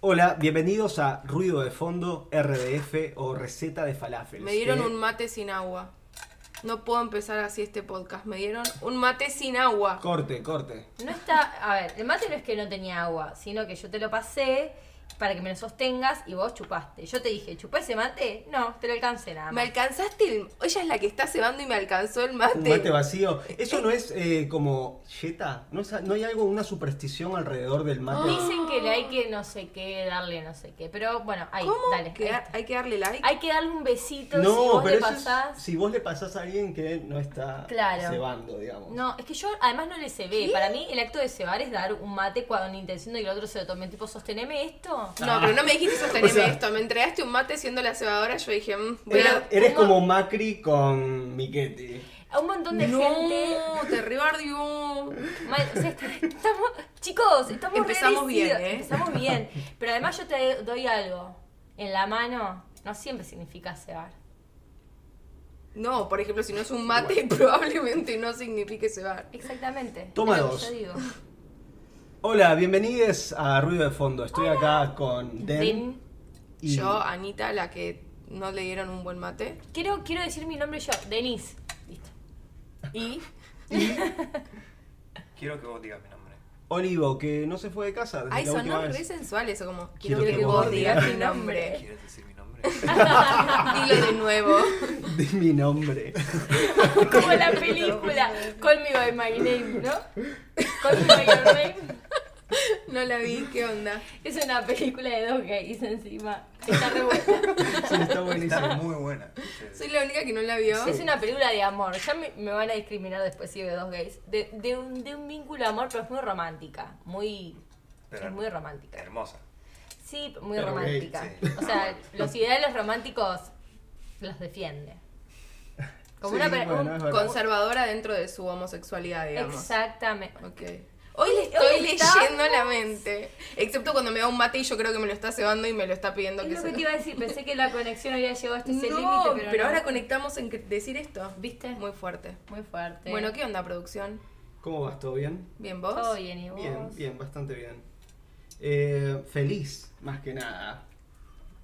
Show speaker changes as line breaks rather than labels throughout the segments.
Hola, bienvenidos a Ruido de Fondo, RDF o Receta de Falafel. Eh,
Me dieron un mate sin agua. No puedo empezar así este podcast. Me dieron un mate sin agua.
Corte, corte.
No está. A ver, el mate no es que no tenía agua, sino que yo te lo pasé para que me lo sostengas y vos chupaste. Yo te dije, ¿chupé ese mate? No, te lo alcancé nada
Me
más.
alcanzaste el... Ella es la que está cebando y me alcanzó el mate.
Un mate vacío. ¿Eso no es eh, como yeta? ¿No, es- no hay algo, una superstición alrededor del mate?
Dicen que le hay que no sé qué, darle no sé qué. Pero bueno, ahí,
¿Cómo?
dale.
Que
ahí
da-
está.
hay que darle like.
Hay que darle un besito
no,
si vos
pero
le
eso es
pasás.
si vos le pasás a alguien que no está
Claro.
cebando, digamos.
No, es que yo además no le se ve. Para mí el acto de cebar es dar un mate con intención de que el otro se lo tome. Tipo, sosteneme esto.
No, pero no me dijiste sostenerme
O sea-
esto. Me entregaste un mate siendo la cebadora. Yo dije, mm, voy
Eres,
a...
eres como Macri con Miquetti.
A un montón de
No,
gente.
te rebardió.
Mal- o sea, está- estamos, chicos, estamos
Empezamos
re
bien,
decididos,
¿eh?
Empezamos bien. Pero además yo te doy algo. En la mano no siempre significa cebar.
No, por ejemplo, si no es un mate, probablemente no signifique cebar.
Exactamente.
Toma
Es lo que
dos.
yo digo.
Hola, bienvenidos a Ruido de Fondo. Estoy acá con Den.
Den.
y-
Yo, Anita, la que no le dieron un buen mate.
Quiero, quiero decir mi nombre yo, Denise. Listo.
Y
Quiero que vos digas mi nombre.
Olivo, que no se fue de casa. Desde
Ay,
la
sonó
última
re
vez.
sensual eso, como
Quiero
quiero,
que
que,
vos
vos digas
digas
mi nombre.
¿Quieres decir mi nombre?
Dilo de nuevo.
Di mi nombre.
Como la película Call Me By My Name, ¿no? Call Me By Your Name.
No la vi, ¿qué onda?
Es una película de dos gays encima. Está re buena.
Sí, está
Está
buenísimo.
muy buena.
Soy la única que no la vio.
Es una película de amor. Ya me, me van a discriminar después si veo dos gays. De, de un, de un vínculo de amor, pero es muy romántica. Muy.
Pero
es muy romántica.
Hermosa.
Sí, muy
Pero gay,
romántica.
sí.
O sea, los ideales románticos los defiende. Como
Sí,
una per-
bueno,
un-
es verdad.
Conservadora dentro de su homosexualidad, digamos.
Exactamente.
Ok. Hoy le estoy
Hoy estamos-
leyendo la mente. Excepto cuando me da un mate y yo creo que me lo está cebando y me lo está pidiendo
Es
que
lo
se
que te iba a decir. Pensé que la conexión había llegado hasta ese
No,
límite,
pero,
pero.
ahora conectamos en que- decir esto.
¿Viste?
Muy fuerte.
Muy fuerte.
Bueno, ¿qué onda, producción?
¿Cómo vas? ¿Todo bien?
¿Bien vos?
Todo bien, ¿y vos?
Bien, bien, bastante bien. Eh, feliz, más que nada.
Ah,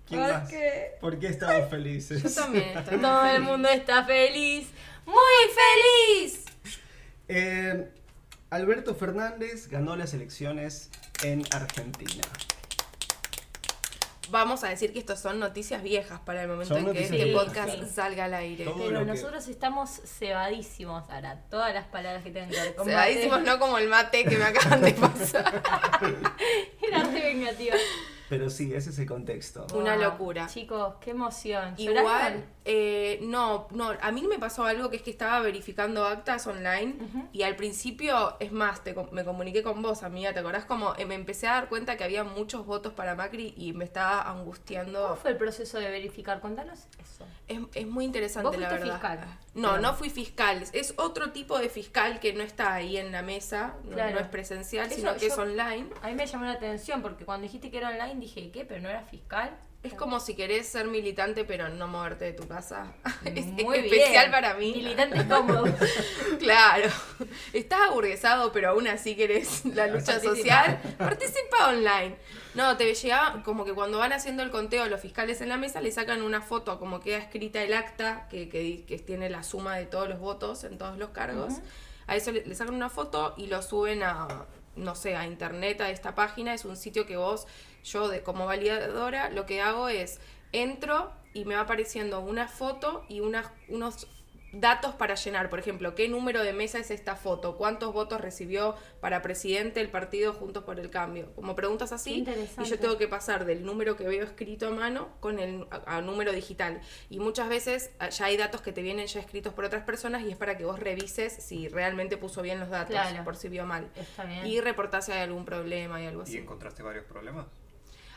¿Quién
¿Por
más?
qué?
¿Por qué estamos
Yo
felices?
también estoy.
Todo el mundo está feliz. ¡Muy feliz!
Eh, Alberto Fernández ganó las elecciones en Argentina.
Vamos a decir que estas son noticias viejas para el momento
Son
en que
noticias
este
viejas,
podcast
claro.
salga al aire.
Todo
Pero
lo que-
nosotros estamos cebadísimos ahora. Todas las palabras que tengan que ver con
Se la
mate.
hicimos no como el mate que me acaban de pasar.
El arte vengativo.
Pero sí, ese es el contexto.
Una
Wow.
locura.
Chicos, qué emoción. ¿Lloraron?
Igual, eh, no, no, a mí me pasó algo que es que estaba verificando actas online y al principio, es más, te com- me comuniqué con vos, amiga, ¿te acordás? Como eh, me empecé a dar cuenta que había muchos votos para Macri y me estaba
¿Cómo
angustiando.
fue el proceso de verificar? Contanos eso.
Es, es muy interesante,
¿Vos
la
fuiste
verdad.
fiscal?
No,
Claro.
no fui fiscal. Es otro tipo de fiscal que no está ahí en la mesa, no,
Claro.
no es presencial,
Eso
sino que es
yo-
online.
A mí me llamó la atención porque cuando dijiste que era online dije, ¿qué? ¿Pero no era fiscal?
Es como si querés ser militante pero no moverte de tu casa. Es
Muy bien.
especial para mí.
Militante cómodo.
Claro. Estás aburguesado, pero aún así querés la lucha
Participa.
social. Participa online. No, te llegaba como que cuando van haciendo el conteo los fiscales en la mesa le sacan una foto como queda escrita el acta que, que di- que tiene la suma de todos los votos en todos los cargos. A eso le, le sacan una foto y lo suben a no sé, a internet, a esta página, es un sitio que vos, yo de como validadora, lo que hago es entro y me va apareciendo una foto y unas, unos datos para llenar, por ejemplo, qué número de mesa es esta foto, cuántos votos recibió para presidente el partido Juntos por el Cambio. Como preguntas
Qué
así,
interesante.
y yo tengo que pasar del número que veo escrito a mano con el a, a número digital. Y muchas veces ah, ya hay datos que te vienen ya escritos por otras personas y es para que vos revises si realmente puso bien los datos,
Claro.
por si vio mal.
Está bien.
Y reportás si hay algún problema y
Oh,
algo
¿Y
así.
encontraste varios problemas?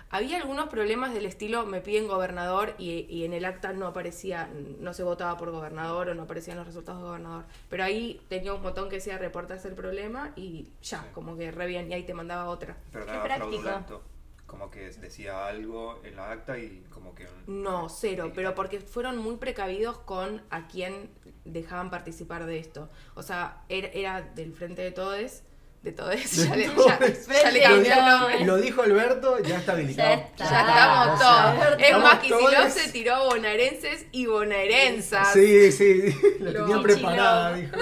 Había algunos problemas del estilo me piden gobernador y, y en el acta no aparecía, no se votaba por gobernador o no aparecían los resultados de gobernador. Pero ahí tenía un botón que decía reportas el problema y ya,
Sí.
como que re bien, y ahí te mandaba otra.
Pero
Qué
nada
práctico.
fraudulento. Como que decía algo en la acta y como que...
Mm.
No, cero, pero porque fueron muy precavidos con a quién dejaban participar de esto. O sea, era, era del frente de todes, de todo eso. Ya le,
todo
ya-
eso.
ya le cambió el nombre.
Lo dijo Alberto, ya está habilitado.
Ya
eh. Ya
está.
o
estamos
sea,
todos. Es
estamos
más, Kicillof
todos-
se tiró a bonaerenses y bonaerensas.
Sí, sí, la
Lo-
tenía preparada, dijo.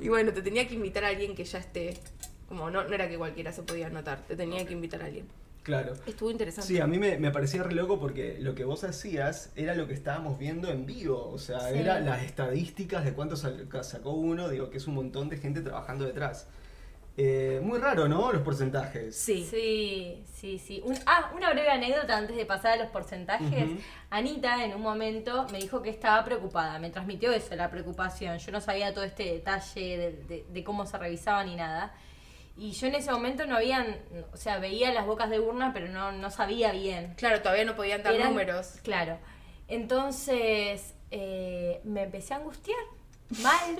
Y bueno, te tenía que invitar a alguien que ya esté. Como no, no era que cualquiera se podía anotar, te tenía que invitar a alguien.
Claro.
Estuvo interesante.
Sí, a mí me, me parecía re loco porque lo que vos hacías era lo que estábamos viendo en vivo. O sea,
Sí.
eran las estadísticas de cuánto sal- sacó uno, digo que es un montón de gente trabajando detrás. Eh, muy raro, ¿no? Los porcentajes.
Sí.
Sí, sí, sí. Un- ah, una breve anécdota antes de pasar a los porcentajes.
Ujú.
Anita en un momento me dijo que estaba preocupada, me transmitió eso, la preocupación. Yo no sabía todo este detalle de, de- de cómo se revisaba ni nada. Y yo en ese momento no habían, o sea, veía las bocas de urna, pero no, no sabía bien.
Claro, todavía no podían dar
Eran-
números.
Claro. Entonces eh, me empecé a angustiar. Mal.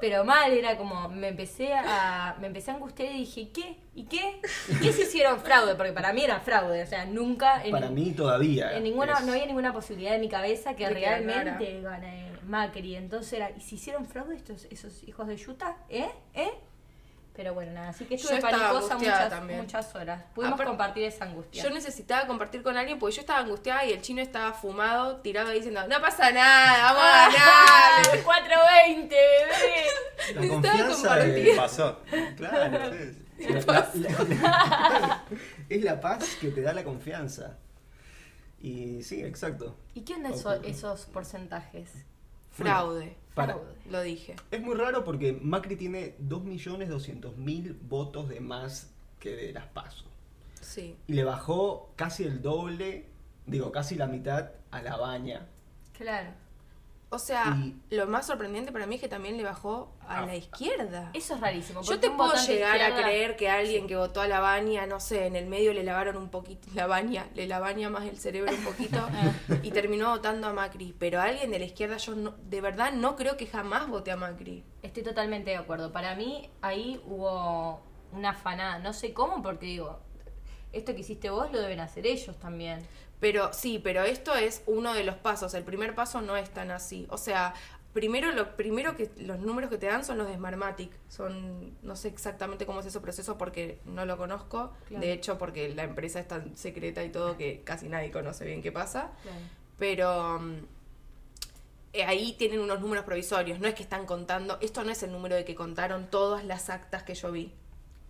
Pero mal, era como, me empecé a. Me empecé a angustiar y dije, ¿qué? ¿Y qué? ¿Y qué se hicieron fraude? Porque para mí era fraude. O sea, nunca en,
Para mí todavía.
en ninguna,
es-
no había ninguna posibilidad en mi cabeza que
De que
realmente gane Macri. Entonces era, ¿y si hicieron fraude estos, esos hijos de Utah? ¿Eh? ¿Eh? Pero bueno, nada, así que
Yo
estuve
estaba
panicosa
angustiada
muchas,
también.
muchas horas. Pudimos
Aparte-
compartir esa angustia.
Yo necesitaba compartir con alguien porque yo estaba angustiada y el chino estaba fumado, tirado ahí diciendo, no pasa nada, vamos a
Ah,
ganar.
420, bebé.
La
Necesitaba
confianza de-
compartir.
Pasó.
Claro.
Sí.
La- la- la- es la paz que te da la confianza. Y sí, exacto.
¿Y qué onda eso- esos porcentajes?
Fraude,
Para.
Fraude.
lo dije.
Es muy raro porque Macri tiene 2.200.000 votos de más que de las PASO.
Sí.
Y le bajó casi el doble, digo, casi la mitad a la baña.
Claro.
O sea,
Y-
lo más sorprendente para mí es que también le bajó a
Ah.
la izquierda.
Eso es rarísimo.
Yo
porque
te
un
puedo
votante
llegar a
izquierda-
creer que alguien que votó a la baña, no sé, en el medio le lavaron un poquito, la baña, le la baña más el cerebro un poquito y terminó votando a Macri. Pero alguien de la izquierda, yo no- de verdad no creo que jamás vote a Macri.
Estoy totalmente de acuerdo. Para mí, ahí hubo una fanada. No sé cómo, porque digo, esto que hiciste vos lo deben hacer ellos también.
Pero sí, pero esto es uno de los pasos. El primer paso no es tan así. O sea, primero lo primero que los números que te dan son los de Smartmatic. Son no sé exactamente cómo es ese proceso porque no lo conozco.
Claro.
De hecho, porque la empresa es tan secreta y todo que casi nadie conoce bien qué pasa. Pero mm, eh, ahí tienen unos números provisorios. No es que están contando. Esto no es el número de que contaron todas las actas que yo vi.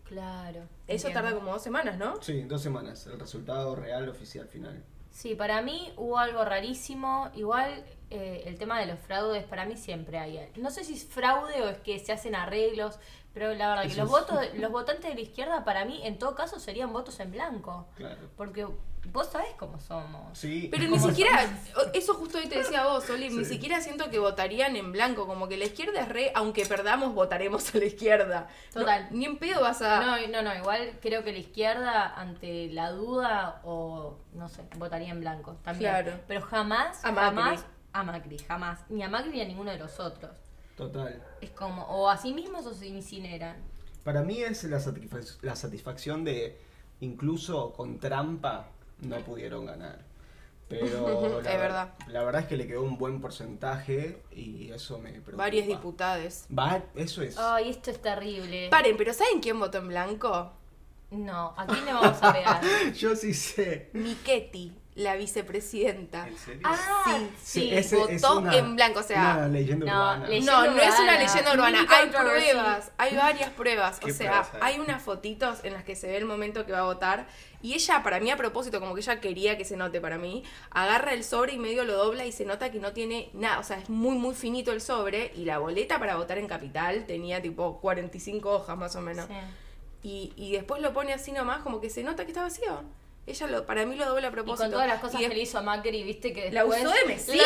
Claro.
Eso
Entiendo.
tarda como dos semanas, ¿no?
Sí, dos semanas. El resultado real oficial final.
Sí, para mí hubo algo rarísimo. Igual eh, el tema de los fraudes, para mí siempre hay. No sé si es fraude o es que se hacen arreglos, pero la verdad que
Eso
los,
es.
votos, los votantes de la izquierda, para mí, en todo caso, serían votos en blanco.
Claro.
Porque vos sabés cómo somos.
Sí.
Pero
es
ni
como-
siquiera, o- eso justo hoy te decía vos, Oli, ni siquiera siento que votarían en blanco, como que la izquierda es re, aunque perdamos, votaremos a la izquierda. No,
Total.
ni en pedo vas a...
No, no, no, igual creo que la izquierda, ante la duda, o no sé, votaría en blanco también.
Claro.
Pero jamás,
A Macri.
jamás, a Macri, jamás. Ni a Macri ni a ninguno de los otros.
Total.
Es como, o a sí mismos o se incineran.
Para mí es la, satisfac- la satisfacción de, incluso con trampa, no pudieron ganar. Pero la,
Es
ver-
verdad.
la verdad es que le quedó un buen porcentaje y eso me preocupa.
varias diputadas.
Va, eso es.
Ah.
Ay, esto es terrible.
Paren, pero ¿saben quién votó en blanco?
No, aquí no vamos a pegar.
Yo sí sé.
Mm. Miquetti, la vicepresidenta.
¿En serio?
Ah,
Sí,
sí.
ese- es
votó
una-
en blanco, o sea-
Una leyenda
No,
urbana.
ley-
No, no es una
urbana.
leyenda urbana.
Mini
Hay
controversy.
pruebas, hay varias pruebas. O
¿Qué
sea,
pruebas hay?
hay unas fotitos en las que se ve el momento que va a votar. Y ella, para mí, a propósito, como que ella quería que se note para mí, agarra el sobre y medio lo dobla y se nota que no tiene nada. O sea, es muy, muy finito el sobre. Y la boleta para votar en Capital tenía tipo 45 hojas más o menos.
Sí.
Y, y después lo pone así nomás, como que se nota que está vacío. Ella lo, para mí lo dobla a
Y
propósito.
con todas las cosas
Y
que le hizo a Macri, viste que
La
después-
usó de mesita.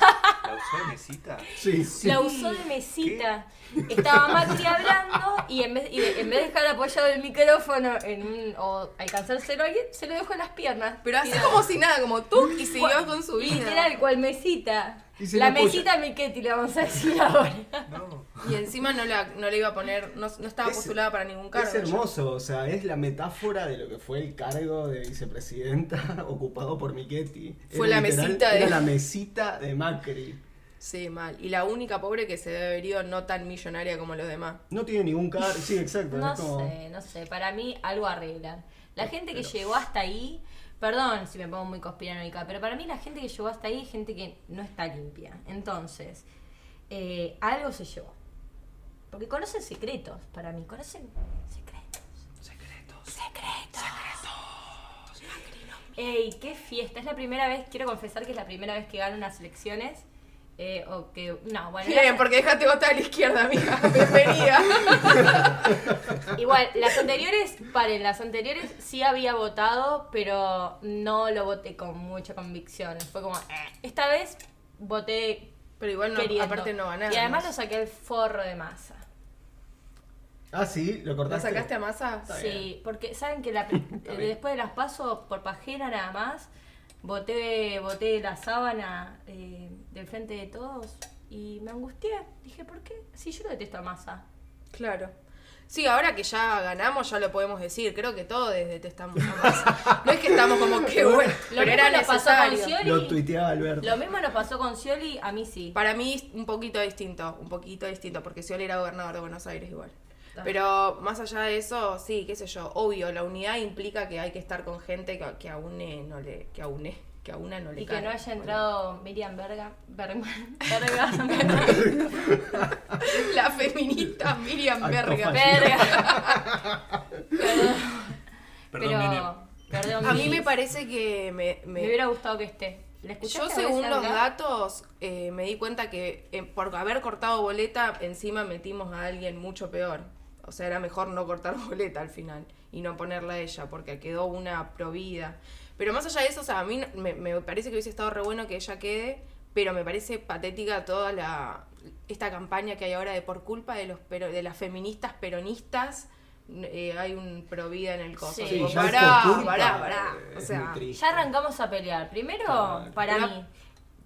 ¿La usó de mesita?
Sí, sí.
La usó de mesita. Estaba Macri hablando y en vez, y de- en vez de dejar apoyado el micrófono en un- o alcanzárselo a alguien, se lo dejó en las piernas.
Pero así como si nada, como tú, y siguió con su vida.
Literal, cual mesita.
Y se
La
le apoya.
mesita Miquetti, le vamos a decir ahora.
No.
Y encima no la, no la iba a poner, no, no estaba
Es-
postulada para ningún cargo.
Es hermoso, o sea, es la metáfora de lo que fue el cargo de vicepresidenta ocupado por Michetti.
Fue
Era
la mesita de-
Era la mesita de Macri.
Sí, mal. Y la única pobre que se debe haber ido no tan millonaria como los demás.
No tiene ningún car... Sí, exacto.
No
es como...
sé, no sé. Para mí algo arreglan. La gente que llegó hasta ahí, perdón si me pongo muy conspiranoica, pero para mí la gente que llegó hasta ahí es gente que no está limpia. Entonces, eh, algo se llevó. Porque conocen secretos, para mí, conocen secretos. Secretos. Secretos. Ey, qué fiesta. Es la primera vez, quiero confesar que es la primera vez que gano unas elecciones. eh, o que. No, bueno.
Bien,
la-
porque dejaste votar a la izquierda, amiga. Bienvenida.
Igual, las anteriores, paren, las anteriores sí había votado, pero no lo voté con mucha convicción. Fue como, "Eh". esta vez voté
Pero igual, no,
queriendo.
aparte no ganamos.
Y además lo saqué al forro de masa.
Ah, sí, lo
¿Lo
cortaste.
sacaste a masa?
sí, porque saben que la pri- eh,
bien.
después de las pasos por pajera nada más, voté, voté la sábana eh, del frente de todos y me angustié. Dije, ¿por qué? Si yo lo detesto a masa.
Claro. Sí, ahora que ya ganamos, ya lo podemos decir. Creo que todos detestamos a masa. No es que estamos como que bueno,
Lo
pero
mismo
era
nos pasó con
necesario.
Scioli.
Lo tuiteaba Alberto.
Lo mismo nos pasó con Scioli, a mí sí.
Para mí un poquito distinto, un poquito distinto, porque Scioli era gobernador de Buenos Aires igual.
Está.
Pero más allá de eso, sí, qué sé yo, obvio, la unidad implica que hay que estar con gente que, que a une no le, que a une, que a una no le
Y que
cae.
no haya entrado Miriam Berga, Bergman, Berga,
La feminista Miriam
Acto fallido.
Berga.
Berga.
Perdón, Miriam.
Pero, perdón,
A mí me
Miri,
parece que me,
me
me-
hubiera gustado que esté. ¿La escuchaste
yo
a veces
según los
hablar?
datos eh, me di cuenta que eh, por haber cortado boleta encima metimos a alguien mucho peor. O sea, era mejor no cortar boleta al final y no ponerla a ella porque quedó una provida. Pero más allá de eso, o sea, a mí no- me, me parece que hubiese estado re bueno que ella quede, pero me parece patética toda la esta campaña que hay ahora de por culpa de los pero, de las feministas peronistas eh, hay un provida en el coso.
Sí.
Sí,
Tipo,
ya es
pará,
por culpa,
pará, pará.
eh,
O
es
sea,
muy triste.
Ya arrancamos a pelear. Primero,
Claro.
para
Pero-
mí,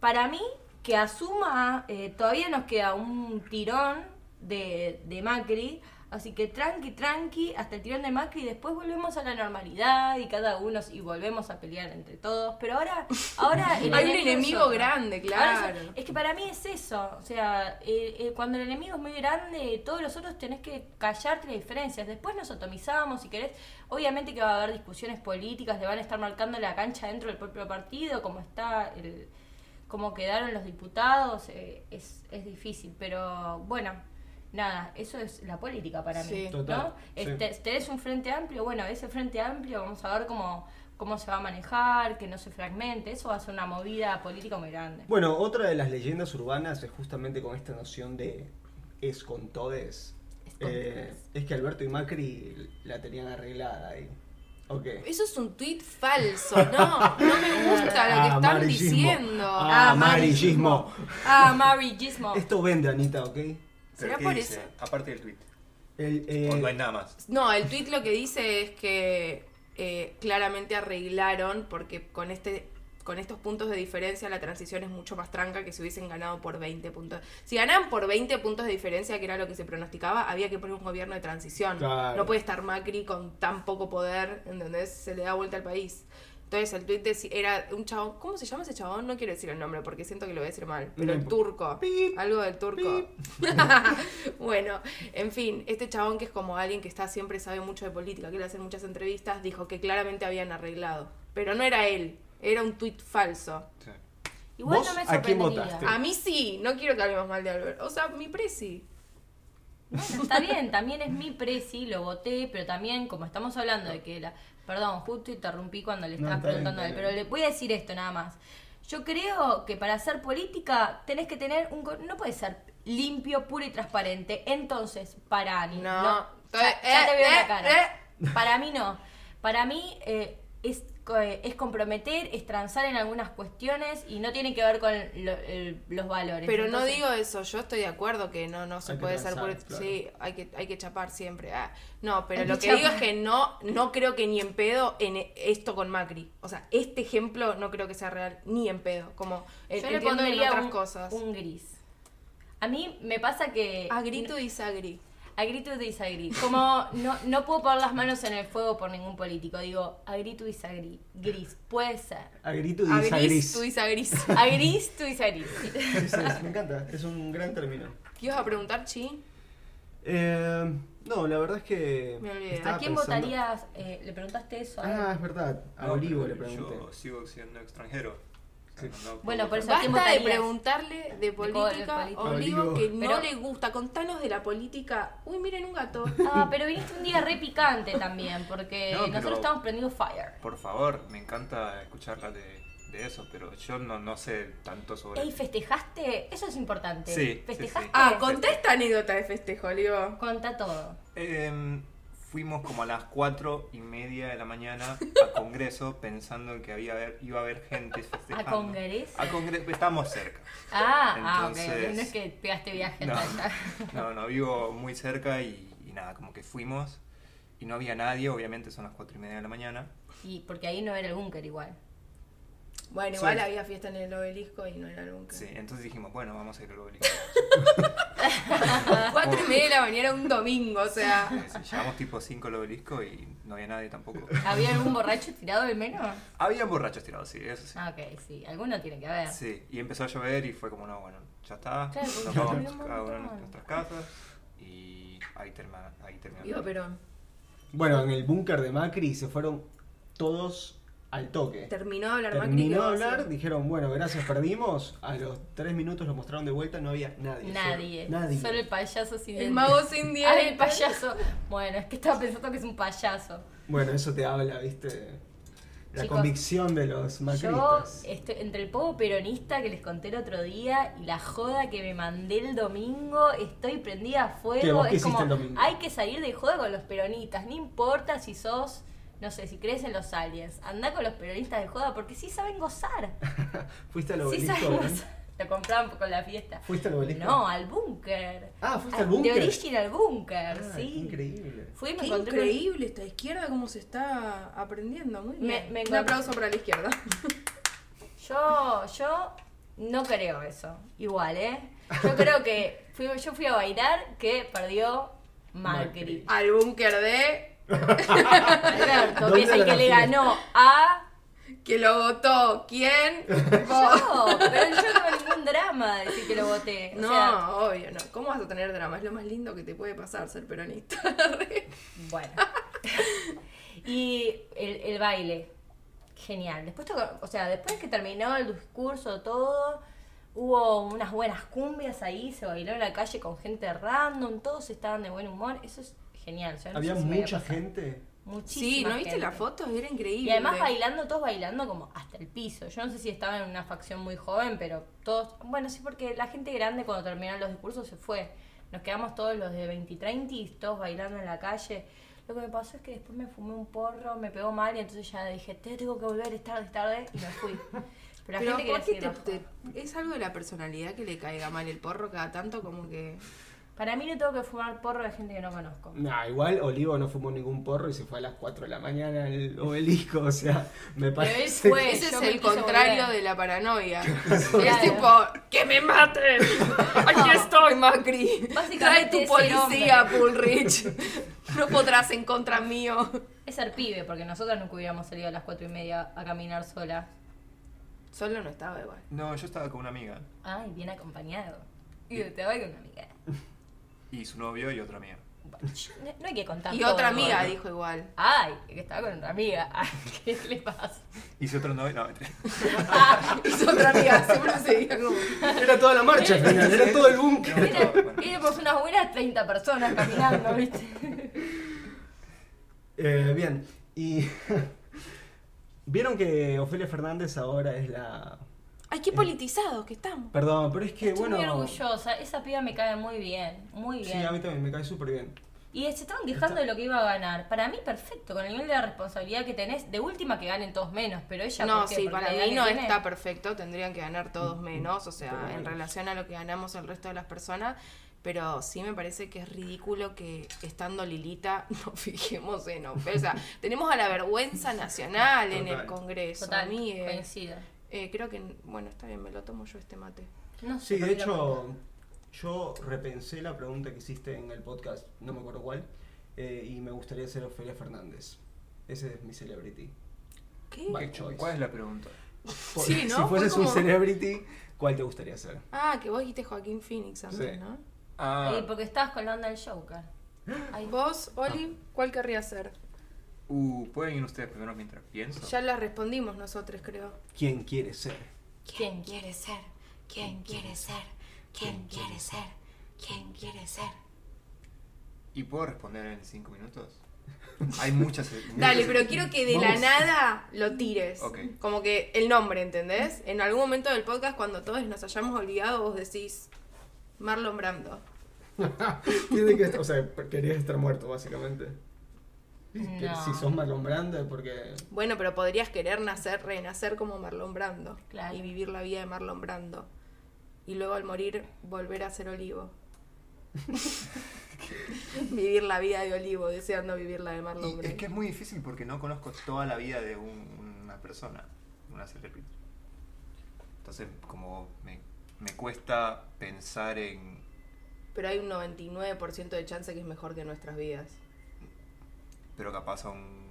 para mí que asuma, eh, todavía nos queda un tirón de, de Macri. Así que tranqui, tranqui, hasta el tirón de Macri, y después volvemos a la normalidad y cada uno y volvemos a pelear entre todos. Pero ahora, ahora el
Hay un
es
enemigo
otro.
grande,
Ahora es-
claro.
es que para mí es eso, o sea, eh, eh, cuando el enemigo es muy grande, todos los otros tenés que callarte las diferencias. Después nos atomizamos, si querés. Obviamente que va a haber discusiones políticas, le van a estar marcando la cancha dentro del propio partido, como está el, cómo quedaron los diputados, eh, es, es difícil, pero bueno. Nada, eso es la política para mí,
Sí.
¿no?
Total, sí.
Este, tenés un frente amplio, bueno, ese frente amplio vamos a ver cómo, cómo se va a manejar, que no se fragmente, eso va a ser una movida política muy grande.
Bueno, otra de las leyendas urbanas es justamente con esta noción de es con todes.
Es con
Eh,
todes.
es que Alberto y Macri la tenían arreglada ahí. Ok.
Eso es un tuit falso, no, no me gusta lo que están
Ah, Amarillismo.
diciendo.
Ah, amarillismo.
Ah, Mary Gismo.
Esto vende, Anita, ¿ok?
¿Será
¿Pero qué
por
dice?
eso?
Aparte del tweet.
El, eh,
O no hay nada más.
No, el tuit lo que dice es que eh, claramente arreglaron porque con este con estos puntos de diferencia la transición es mucho más tranca que si hubiesen ganado por 20 puntos. Si ganaban por 20 puntos de diferencia, que era lo que se pronosticaba, había que poner un gobierno de transición.
Claro.
No puede estar Macri con tan poco poder, ¿entendés? Se le da vuelta al país. Entonces el tuit deci- era un chabón, ¿cómo se llama ese chabón? No quiero decir el nombre porque siento que lo voy a decir mal, pero
No
el
importa.
turco.
Pip.
Algo del turco. bueno, en fin, este chabón que es como alguien que está siempre sabe mucho de política, que le hacen muchas entrevistas, dijo que claramente habían arreglado. Pero no era él, era un tuit falso.
Sí.
Igual
¿Vos
no me
a quién
sorprendería.
votaste?
A mí sí, no quiero que hablemos mal de Albert. O sea, mi presi.
Bueno, pues está bien, también es mi presi, lo voté, pero también, como estamos hablando de que la. Perdón, justo interrumpí cuando le
No,
estabas
está bien,
preguntando a él,
está
pero
bien.
le voy a decir esto nada más. Yo creo que para hacer política tenés que tener un. go- No puede ser limpio, puro y transparente. Entonces, para Ani.
No.
No. Ya, ya te veo
Eh,
la
eh,
cara. Para mí no. Para mí eh, es, co- eh, es comprometer, es transar en algunas cuestiones y no tiene que ver con lo- el- los valores.
Pero no
Entonces-
digo eso, yo estoy de acuerdo que no, no se
Hay que
puede ser
transar,
por...
claro.
Sí, hay que, hay que chapar siempre. ah. No, pero
Hay
lo
que
que digo es
chapar.
que no, no creo que ni en pedo en e- esto con Macri. O sea, este ejemplo no creo que sea real, ni en pedo. Como en,
Yo le
entiendo en
pondría
otras
un,
cosas.
un gris. A mí me pasa que.
Agree to disagree.
agree to disagree. Como no, no puedo poner las manos en el fuego por ningún político. Digo, agree to disagree. Gris, puede ser.
A grito
A gris,
gris.
tú dices a gris.
Agree to disagree.
me encanta, es un gran término.
¿Qué ibas a preguntar, Chi?
Eh, no, la verdad es que.
Me olvidé.
estaba
¿A quién
pensando-
votarías? Eh, ¿Le preguntaste eso? a él?
Ah, es verdad, a
No,
Olivo le
pero
pregunté.
Yo sigo siendo extranjero. O sea, no- no
Bueno,
puedo
por eso-
votar.
quién
Basta de
votarías?
preguntarle de política
política.
a Olivo que no
Pero-
le gusta. Contanos de la política. Uy, miren un gato.
Ah, pero viniste un día re picante también, porque
No, pero-
nosotros estamos prendiendo fire.
Por favor, me encanta escucharla de, de eso, pero yo no, no sé tanto sobre.
Ey, ¿festejaste? Eso es importante.
Sí,
¿Festejaste?
sí, sí.
Ah, contá esta anécdota de festejo, Olivo.
Conta todo.
Em, fuimos como a las cuatro y media de la mañana a Congreso pensando que había, iba a haber gente festejando.
Congreso?
A Congreso, estábamos cerca.
Ah, ah, ok, ok.
Entonces-
No es que pegaste viaje
No,
tanta.
no, no, vivo muy cerca y, y nada, como que fuimos y no había nadie, obviamente son las cuatro y media de la mañana.
Y porque ahí no era el búnker igual.
Bueno,
Sí.
igual había fiesta en el obelisco y no era nunca.
Sí, entonces dijimos, bueno, vamos a ir al obelisco.
Cuatro y media de la mañana un domingo, o sea.
Eh, sí, llegamos tipo 5 al obelisco y no había nadie tampoco.
¿Había algún borracho tirado al menos?
Había borrachos tirados, sí, eso sí.
Ah, ok, sí. Alguno tiene que haber.
Sí, y empezó a llover y fue como, no, bueno, ya está.
Claro, porque
nos
llovió
vamos
un
cada uno a
montón.
nuestras casas y ahí termina. Ahí termina.
Viva Perón.
Bueno, en el búnker de Macri se fueron todos al toque.
Terminó de hablar Macri.
Terminó de
¿qué va a
hablar,
hacer?
dijeron, bueno, gracias, perdimos. A los tres minutos lo mostraron de vuelta, no había nadie.
Nadie.
Solo- nadie.
Solo el payaso sin
El mago sin
Ah,
dientes.
el payaso. Bueno, es que estaba pensando que es un payaso.
Bueno, eso te habla, viste. La
Chicos,
convicción de los
Yo eh,
macristas.
estoy entre el poco peronista que les conté el otro día y la joda que me mandé el domingo, estoy prendida a fuego.
¿Qué, vos qué
es
hiciste
como,
el domingo?
hay que salir de joda con los peronistas, no importa si sos, no sé, si crees en los aliens, anda con los peronistas de joda porque sí saben gozar.
Fuiste al
sí
obelisco.
saben
¿eh?
gozar. Lo compraban con la fiesta.
Fuiste al obelisco.
No, al búnker.
Ah, fuiste
Ah,
al búnker.
De original búnker,
Ah,
sí.
qué Increíble.
Fui y me
Qué
encontré un-
increíble esta izquierda, cómo se está aprendiendo. Muy
Me-
bien.
me
un
encanta.
aplauso para la izquierda.
Yo, yo no creo eso. Igual, ¿eh? Yo creo que fui, yo fui a bailar que perdió Macri.
Al búnker de
Alberto, que es
¿Dónde
el
era
que
la
le
fiesta?
ganó a
que lo votó. ¿Quién?
yo. Pero yo no tengo ningún drama de decir que lo voté. O
No,
sea,
obvio, no. ¿Cómo vas a tener drama? Es lo más lindo que te puede pasar ser peronista.
bueno. Y el, el baile. Genial. Después, toca- o sea, después que terminó el discurso, todo, hubo unas buenas cumbias ahí, se bailó en la calle con gente random, todos estaban de buen humor. Eso es genial. Yo no
Había
sé si me
mucha
pasado.
gente.
Muchísima
sí, ¿no viste
gente.
la foto? Era increíble.
Y además bailando, todos bailando como hasta el piso. Yo no sé si estaban en una facción muy joven, pero todos. Bueno, sí, porque la gente grande cuando terminaron los discursos se fue. Nos quedamos todos los de 20 y 30 y todos bailando en la calle. Lo que me pasó es que después me fumé un porro, me pegó mal y entonces ya dije, te tengo que volver, es tarde, es tarde, y me fui. Pero la
Pero
gente
¿por
quería
qué
seguir
te-
bajando.
te- es algo de la personalidad que le caiga mal el porro cada tanto como que...
Para mí no tengo que fumar porro de gente que no conozco.
Nah, igual Olivo no fumó ningún porro y se fue a las 4 de la mañana al obelisco. O sea, me parece.
fue.
que-
Ese
yo
es
me
el
quise
contrario
volver.
de la paranoia.
Claro.
Es tipo, ¡que me maten! ¡Aquí estoy, Macri! Trae
Básicamente
tu
es
policía, Bullrich. No podrás en contra mío.
Es ser pibe, porque nosotros nunca hubiéramos salido a las cuatro y media a caminar sola.
Solo no estaba igual.
No, yo estaba con una amiga
Ay, bien acompañado. Y te voy con una amiga.
y su novio y otra amiga.
No- No hay que contar.
Y
todo,
otra amiga
¿no?
dijo igual.
Ay, que estaba con otra amiga. Ay, ¿Qué le pasa?
Y su otro novio, no, mentira.
Hizo otra amiga, siempre se dijo como...
Era toda la marcha, al final, era todo el búnker.
Era-
bueno.
Éramos unas buenas 30 personas caminando, ¿viste?
Eh, bien, y. Vieron que Ofelia Fernández ahora es la.
¡Ay,
Mm.
qué politizados que estamos!
Perdón, pero es que
Estoy
bueno.
muy orgullosa. Esa piba me cae muy bien. Muy
Sí,
bien.
a mí también me cae súper bien.
Y se estaban quejando de lo que iba a ganar. Para mí, perfecto. Con el nivel de responsabilidad que tenés, de última que ganen todos menos. Pero ella.
No,
¿por qué?
sí,
Por la Mm,
para
edad
mí
que
no
tiene.
está perfecto, tendrían que ganar todos menos, o sea,
Pero
en
bueno.
relación a lo que ganamos el resto de las personas, pero sí me parece que es ridículo que estando Lilita nos fijemos en Ofe, o sea, tenemos a la vergüenza nacional en el
Total.
Congreso,
Total,
amigue.
coincido.
Eh, creo que, bueno, está bien, me lo tomo yo este mate.
No sé
Sí,
por
de
qué lo pongo.
hecho, Yo repensé la pregunta que hiciste en el podcast, no me acuerdo cuál, eh, y me gustaría ser Ofelia Fernández. Ese es mi celebrity.
¿Qué?
By choice.
¿Cuál es la pregunta?
Por-
Sí, ¿no?
Si fueses
Fue
un
como-
celebrity, ¿cuál te gustaría ser?
Ah, que vos dijiste Joaquín Phoenix antes,
Sí.
¿no?
Ah,
Y porque estabas con la onda del Joker. Ay,
Vos, Oli,
Ah.
¿cuál querrías ser?
uh, ¿pueden ir ustedes primero mientras pienso?
Ya la respondimos nosotros, creo.
¿Quién quiere ser?
¿Quién
quiere ser? ¿Quién quiere ser? ¿Quién quiere ser? ¿Quién quiere ser?
¿Y puedo responder en cinco minutos? Hay muchas...
Dale,
muchas-
pero quiero que de la
Vamos.
nada lo tires.
Ok.
Como que el nombre, ¿entendés? En algún momento del podcast, cuando todos nos hayamos olvidado, vos decís Marlon Brando.
Tiene que, o sea, querías estar muerto, básicamente. Que
No.
Si sos Marlon Brando es porque...
Bueno, pero podrías querer nacer, renacer como Marlon Brando.
Claro.
Y vivir la vida de Marlon Brando. Y luego al morir, volver a ser olivo. vivir la vida de olivo, deseando vivir la de Marlon
Y es
Brando.
que es muy difícil porque no conozco toda la vida de un- una persona, una celebrity. Entonces, como me, me cuesta pensar en...
Pero hay un 99% de chance que es mejor que nuestras vidas.
Pero capaz a un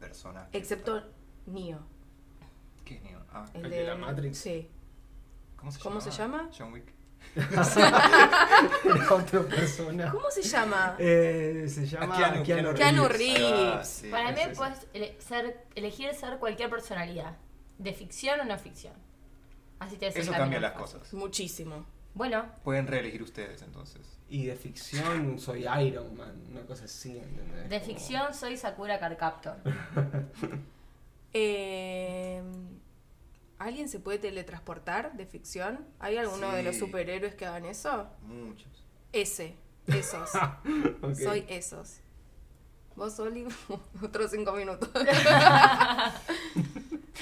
personaje.
Excepto Neo.
¿Qué es Neo? Ah,
¿El de la Matrix?
Sí.
¿Cómo se
¿Cómo se
llamaba?
llama?
John Wick.
Era otra persona.
¿Cómo se llama?
Eh, se llama
Keanu-
Keanu, Reeves.
Keanu
Keanu Ahí va,
Reeves.
sí,
Para mí
ese, ese.
puedes ele- ser, elegir ser cualquier personalidad, de ficción o no ficción. Así te hace el
Eso
camino
cambia las
más fácil.
cosas.
Muchísimo.
Bueno,
Pueden reelegir ustedes entonces.
Y de ficción soy Iron Man, una cosa así, ¿entendés?
de
Como-
ficción soy Sakura Carcaptor.
Eh, ¿Alguien se puede teletransportar de ficción? ¿Hay alguno de los
Sí.
superhéroes que hagan eso?
Muchos.
Ese. Esos.
Ah, Ok.
Soy esos. Vos, Oli, otros cinco minutos.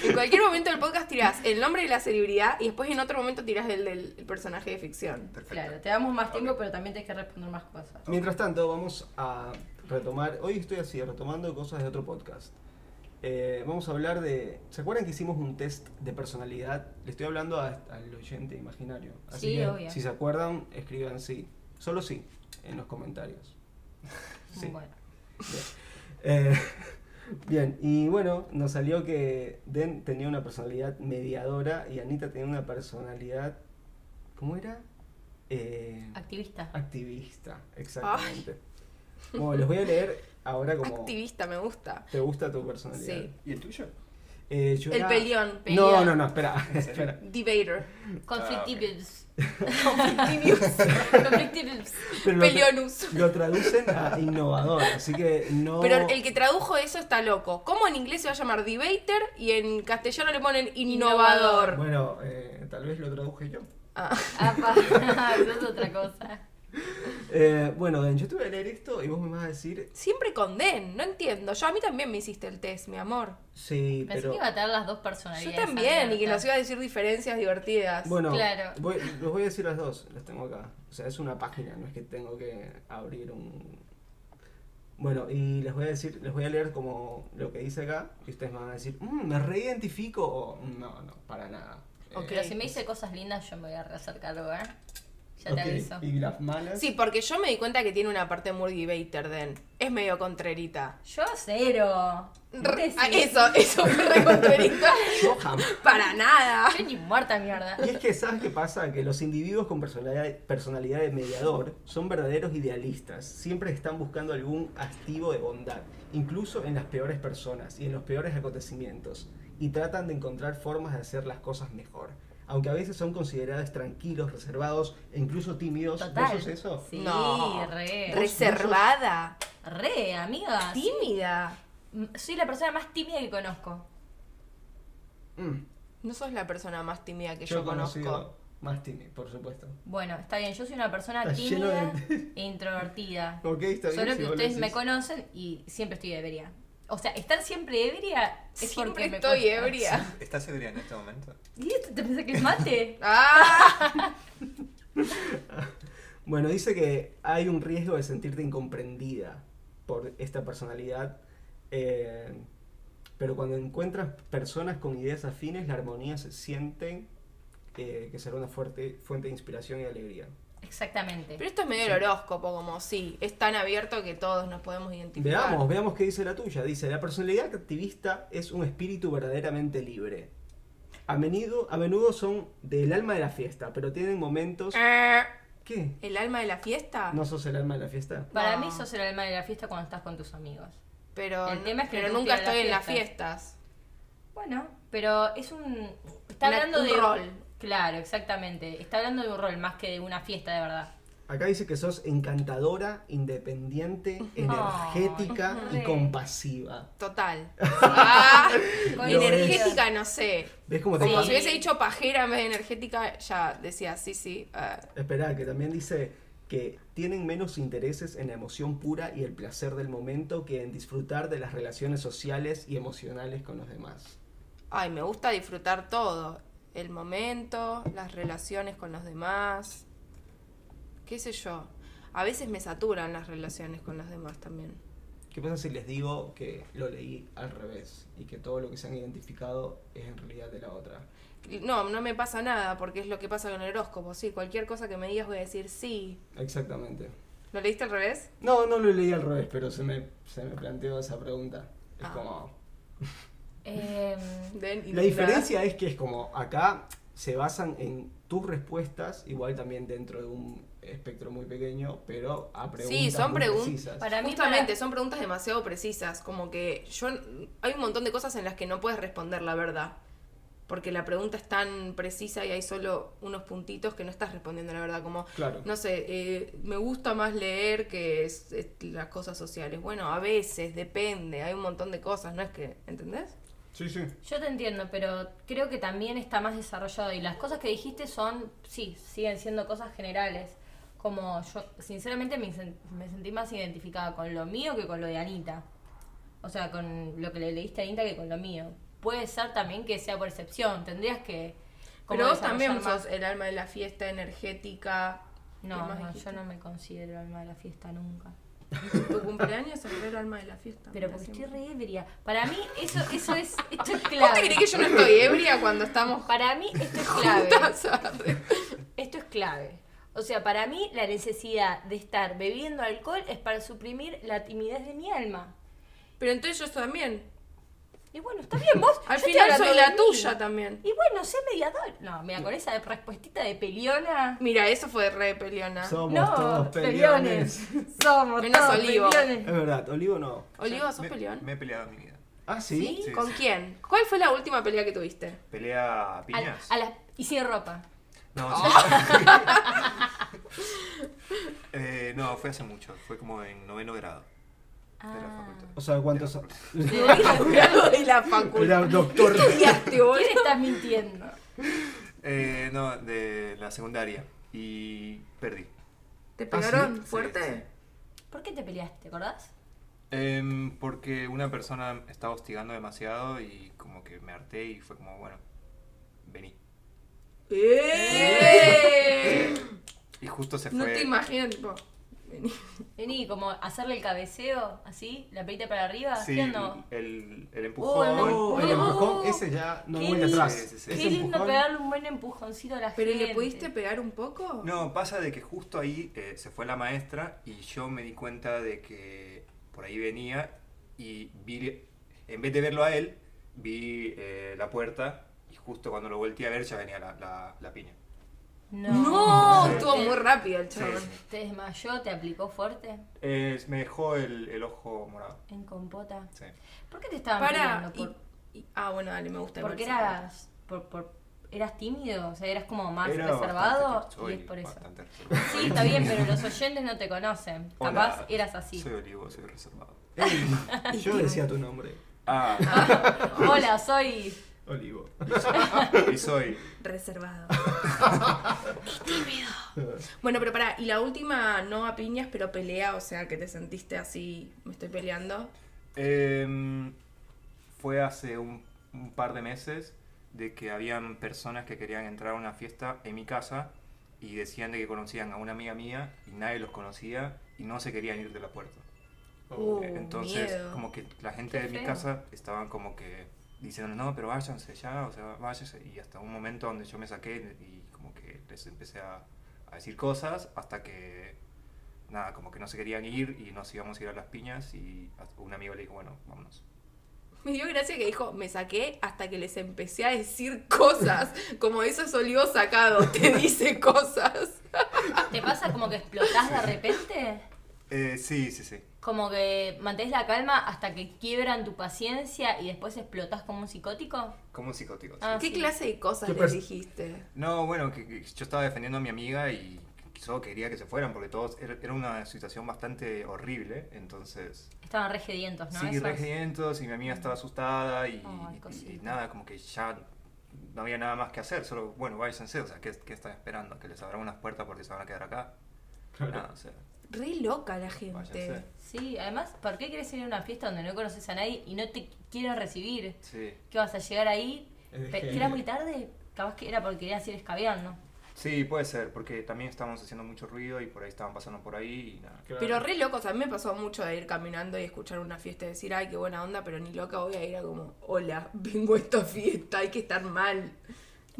en cualquier momento del podcast tirás el nombre de la celebridad y después en otro momento tirás el del el personaje de ficción.
Perfecto.
Claro, te damos más tiempo,
Ok.
pero también tienes que responder más cosas.
Mientras tanto, vamos a retomar. Hoy estoy así, retomando cosas de otro podcast. Eh, vamos a hablar de. ¿Se acuerdan que hicimos un test de personalidad? Le estoy hablando a- al oyente imaginario. Así
Sí,
que,
obvio.
si se acuerdan, escriban sí. Solo sí, en los comentarios. Sí.
Bueno,
Eh, bien, y bueno, nos salió que Den tenía una personalidad mediadora y Anita tenía una personalidad. ¿Cómo era? Eh,
activista.
Ah,
Activista, exactamente. Bueno, los voy a leer ahora como
Activista, me gusta.
te gusta tu personalidad.
Sí.
¿Y el tuyo?
Eh, yo
El
era-
peleón.
No,
peleón.
no, no, espera, espera.
Debater.
Conflictivius.
Conflictivius.
Conflictivius.
Pero lo, tra-
Peleonus.
lo traducen a innovador, así que no.
Pero el que tradujo eso está loco. ¿Cómo en inglés se va a llamar debater y en castellano le ponen innovador?
Bueno, eh, tal vez lo traduje yo.
Ah.
Apa, eso es otra cosa.
Eh, bueno, Den, yo te voy a leer esto y vos me vas a decir.
Siempre con Den, no entiendo. Yo a mí también me hiciste el test, mi amor.
Sí,
Pensé
pero.
que iba a tener las dos
Yo
personalidades.
también, y que nos
abiertas.
iba a decir diferencias divertidas.
Bueno,
Claro.
voy- los voy a decir las dos, las tengo acá. O sea, es una página, no es que tengo que abrir un... Bueno, y les voy a decir, les voy a leer como lo que dice acá, y ustedes me van a decir, "Mm, me reidentifico o no, no, para nada.
Ok.
Pero si me dice cosas lindas, yo me voy a reacercar, ¿eh? Ya
ok,
te aviso.
Y las malas.
Sí, porque yo me di cuenta que tiene una parte muy debater, Den. Es medio contrerita.
Yo cero.
Re-
Decís.
ah, eso, eso fue re contrerita.
Yo jamás.
Para nada.
Yo ni muerta mierda.
Y es que, ¿sabes qué pasa? Que los individuos con personalidad, personalidad de mediador son verdaderos idealistas. Siempre están buscando algún activo de bondad, incluso en las peores personas y en los peores acontecimientos. Y tratan de encontrar formas de hacer las cosas mejor. Aunque a veces son considerados tranquilos, reservados e incluso tímidos. ¿Vos
Total.
sos eso?
Sí,
No.
re. re.
Reservada.
amiga.
Tímida.
M- Soy la persona más tímida que conozco.
Mm,
No sos la persona más tímida que
Yo
yo,
he
conozco.
conocido más tímido, por supuesto.
Bueno, está bien, yo soy una persona
Está lleno
tímida
de-
e introvertida.
Ok, está bien.
Solo
si
que
vos lo
ustedes me
decís.
conocen y siempre estoy ebria. O sea, estar siempre ebria es
Siempre
porque me
estoy
cuesta.
ebria.
¿Estás ebria en este momento?
¿Y esto te pensás que es mate?
Ah,
Bueno, dice que hay un riesgo de sentirte incomprendida por esta personalidad, eh, pero cuando encuentras personas con ideas afines, la armonía se siente eh, que será una fuerte fuente de inspiración y alegría.
Exactamente.
Pero esto es medio el horóscopo, como sí, es tan abierto que todos nos podemos identificar.
Veamos, veamos qué dice la tuya. Dice, la personalidad activista es un espíritu verdaderamente libre. A menudo, a menudo son del alma de la fiesta, pero tienen momentos...
Eh,
¿Qué?
¿El alma de la fiesta?
¿No sos el alma de la fiesta?
Para
No.
mí sos el alma de la fiesta cuando estás con tus amigos.
Pero,
El tema es que
pero
no
nunca
tiene
estoy en las
las
fiestas.
Bueno, pero es un... Está
Una-
hablando
un
de
rol.
Claro, exactamente. Está hablando de un rol más que de una fiesta de verdad.
Acá dice que sos encantadora, independiente, energética y
re.
compasiva.
Total. Ah,
Coincido.
energética, no sé.
¿Ves cómo te
Como
pasa?
si hubiese dicho pajera en vez de energética, ya decía, sí, sí. ah.
Esperá, que también dice que tienen menos intereses en la emoción pura y el placer del momento que en disfrutar de las relaciones sociales y emocionales con los demás.
ay, me gusta disfrutar todo. El momento, las relaciones con los demás. ¿Qué sé yo? A veces me saturan las relaciones con los demás también.
¿Qué pasa si les digo que lo leí al revés y que todo lo que se han identificado es en realidad de la otra?
No, no me pasa nada porque es lo que pasa con el horóscopo. Sí, cualquier cosa que me digas voy a decir sí.
Exactamente.
¿Lo leíste al revés?
No, no lo leí al revés, pero se me, se me planteó esa pregunta. Es
Ah.
como...
Eh,
Ven y
La
nada.
diferencia es que es como acá se basan en tus respuestas, igual también dentro de un espectro muy pequeño, pero a preguntas
Sí, son
muy
pregun-
precisas.
para mí
Justamente,
para-
son preguntas demasiado precisas, como que yo hay un montón de cosas en las que no puedes responder la verdad, porque la pregunta es tan precisa y hay solo unos puntitos que no estás respondiendo la verdad, como
Claro.
no sé, eh, me gusta más leer que es- es las cosas sociales. Bueno, a veces depende, hay un montón de cosas, no es que, ¿entendés?
Sí, sí.
Yo te entiendo, pero creo que también está más desarrollado y las cosas que dijiste son, sí, siguen siendo cosas generales. Como yo, sinceramente, me, sen- me sentí más identificada con lo mío que con lo de Anita. O sea, con lo que le leíste a Anita que con lo mío. Puede ser también que sea por excepción, tendrías que... como
Pero vos también
desarrollar
sos el alma de la fiesta energética.
más. No,
¿Qué más
no, yo
dijiste?
no me considero alma de la fiesta nunca.
Tu cumpleaños es el alma de la fiesta.
Pero
mira,
porque estoy
siempre.
re ebria. Para mí eso, eso es, esto es
¿Vos te
clave.
crees que yo no estoy ebria cuando estamos
Para mí esto es clave.
juntas?
Esto es clave. O sea, para mí la necesidad de estar bebiendo alcohol es para suprimir la timidez de mi alma.
Pero entonces yo también.
Y bueno, está bien vos.
Al
yo te
final
hablo
soy
de
la
mí.
tuya también.
Y bueno, sé mediador. No, mira, con esa respuestita de peliona.
Mira, eso fue re peleona.
Somos todos
No,
peleones.
peliones. Somos
Menos
todos
Olivo.
Es
peliones.
verdad, Olivo no.
Oliva,
me,
¿sos peleón?
me he peleado en mi vida.
Ah, sí.
Sí.
¿Con quién? ¿Cuál fue la última pelea que tuviste?
¿Pelea a
A la-
piñas?
a la- y sin ropa.
No, sí. Eh, no, fue hace mucho. Fue como en noveno grado de la
Ah.
facultad.
O sea, ¿cuántos?
de la
Era
facultad.
doctor.
Estudiaste, boludo.
¿Quién estás mintiendo?
Eh, no, de la secundaria. Y perdí.
¿Te
Ah, sí,
pegaron
sí,
fuerte?
¿Por qué te peleaste? ¿Te acordás?
Em, porque una persona estaba hostigando demasiado y como que me harté y fue como, bueno, vení.
¡Eh!
Y justo se
No
fue.
te imaginas, tipo. vení.
Vení, como hacerle el cabeceo, así, la pelita para arriba,
Sí,
haciendo.
el, el
Oh,
empujón.
No, el
No.
empujón, ese ya no
Qué
hay vuelta
lindo.
atrás.
Sí, sí, sí.
Ese
Qué lindo
empujón-
pegarle un buen empujoncito a la
¿Pero
gente.
le pudiste pegar un poco?
No, pasa de que justo ahí eh, se fue la maestra y yo me di cuenta de que por ahí venía y vi, en vez de verlo a él, vi eh, la puerta y justo cuando lo volteé a ver ya venía la, la, la piña.
No.
No, estuvo muy rápido el chabón.
Sí,
¿Te desmayó? ¿Te aplicó fuerte?
Eh, me dejó el, el ojo morado.
¿En compota?
Sí.
¿Por qué te estaban
Para.
peleando? ¿Por-
y- y- ah, bueno, dale, me gusta. igual
porque
esa parte.
eras. Por, por- ¿Eras tímido? O sea, eras como más
Era
reservado
bastante- soy
y es por eso.
bastante reservado.
Sí, está bien, pero los oyentes no te conocen.
Hola,
Capaz eras así.
Soy olivo, soy reservado.
Ey, yo decía tu nombre.
Ah,
Hola, soy.
Olivo.
Ah,
y soy.
Reservado. Bueno, pero pará, y la última, no a piñas, pero pelea, o sea, que te sentiste así, me estoy peleando.
Em, fue hace un, un par de meses de que habían personas que querían entrar a una fiesta en mi casa y decían de que conocían a una amiga mía y nadie los conocía y no se querían ir de la puerta.
Uh,
Eh, Entonces,
miedo.
como que la gente
Qué
de mi
feo.
casa estaban como que diciendo, no, pero váyanse ya, o sea, váyanse. Y hasta un momento donde yo me saqué y como que les empecé a, a a decir cosas hasta que, nada, como que no se querían ir y nos íbamos a ir a las piñas y hasta- un amigo le dijo, bueno, vámonos.
Me dio gracia que dijo, me saqué hasta que les empecé a decir cosas. Como eso es olivo sacado, te dice cosas.
¿Te pasa como que explotás de repente?
Eh, sí, sí, sí.
Como que mantenés la calma hasta que quiebran tu paciencia y después explotás como un psicótico.
Como un psicótico. sí.
Ah,
¿Qué
sí.
clase de cosas
¿Qué
les
pers-
dijiste?
No, bueno, que, que yo estaba defendiendo a mi amiga y solo quería que se fueran porque todos era, era una situación bastante horrible, entonces
Estaban regedientos, ¿no?
sí,
Esos.
regedientos y mi amiga estaba asustada y,
Ay,
y- y
cosita.
nada, como que ya no había nada más que hacer, solo bueno, váyanse, o sea, ¿qué, qué están esperando? Que les abran unas puertas porque se van a quedar acá. Nada, o sea,
Re loca la gente.
váyanse.
Sí, además, ¿por qué querés ir a una fiesta donde no conoces a nadie y no te quieren recibir?
Sí.
¿Qué vas a llegar ahí?
Es de
Pe-
gente.
¿Que era muy tarde? Capaz que era porque querías ir escabeando.
Sí, puede ser, porque también estábamos haciendo mucho ruido y por ahí estaban pasando por ahí y nada.
Claro.
Pero re locos, a mí me pasó mucho de ir caminando y escuchar una fiesta y decir, ay, qué buena onda, pero ni loca voy a ir a como, hola, vengo a esta fiesta, hay que estar mal.